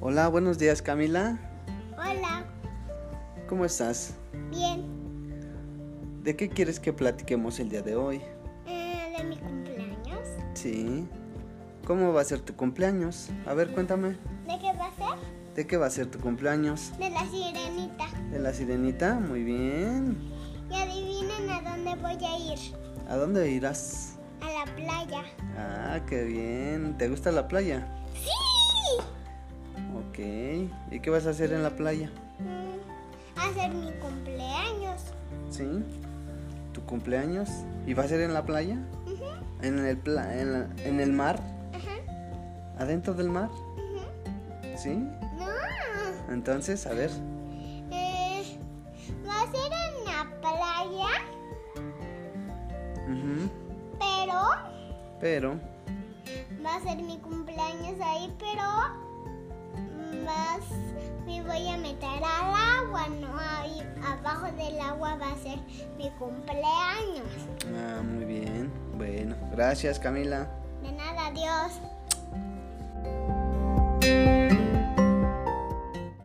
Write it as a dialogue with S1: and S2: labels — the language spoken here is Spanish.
S1: Hola, buenos días Camila.
S2: Hola,
S1: ¿Cómo estás?
S2: bien.
S1: ¿De qué quieres que platiquemos el día de hoy?
S2: Eh, de mi cumpleaños.
S1: Sí. ¿Cómo va a ser tu cumpleaños? A ver, cuéntame.
S2: ¿De qué va a ser?
S1: ¿De qué va a ser tu cumpleaños?
S2: De la sirenita.
S1: ¿De la sirenita? Muy bien.
S2: Y adivinen a dónde voy a ir.
S1: ¿A dónde irás?
S2: A la playa.
S1: Ah, qué bien. ¿Te gusta la playa?
S2: ¡Sí!
S1: Ok. ¿Y qué vas a hacer en la playa?
S2: Mm, hacer mi cumpleaños.
S1: ¿Sí? ¿Tu cumpleaños? ¿Y va a ser en la playa? ¿En el, pla- en la- en el mar?
S2: Ajá.
S1: ¿Adentro del mar?
S2: ujú.
S1: ¿Sí?
S2: No.
S1: Entonces, a ver.
S2: Eh, va a ser en la playa,
S1: Ujú.
S2: pero
S1: Pero,
S2: va a ser mi cumpleaños ahí, pero más me voy a meter al agua, no ahí abajo del agua va a ser mi cumpleaños.
S1: ah, muy bien. Bueno, gracias Camila.
S2: De nada, adiós.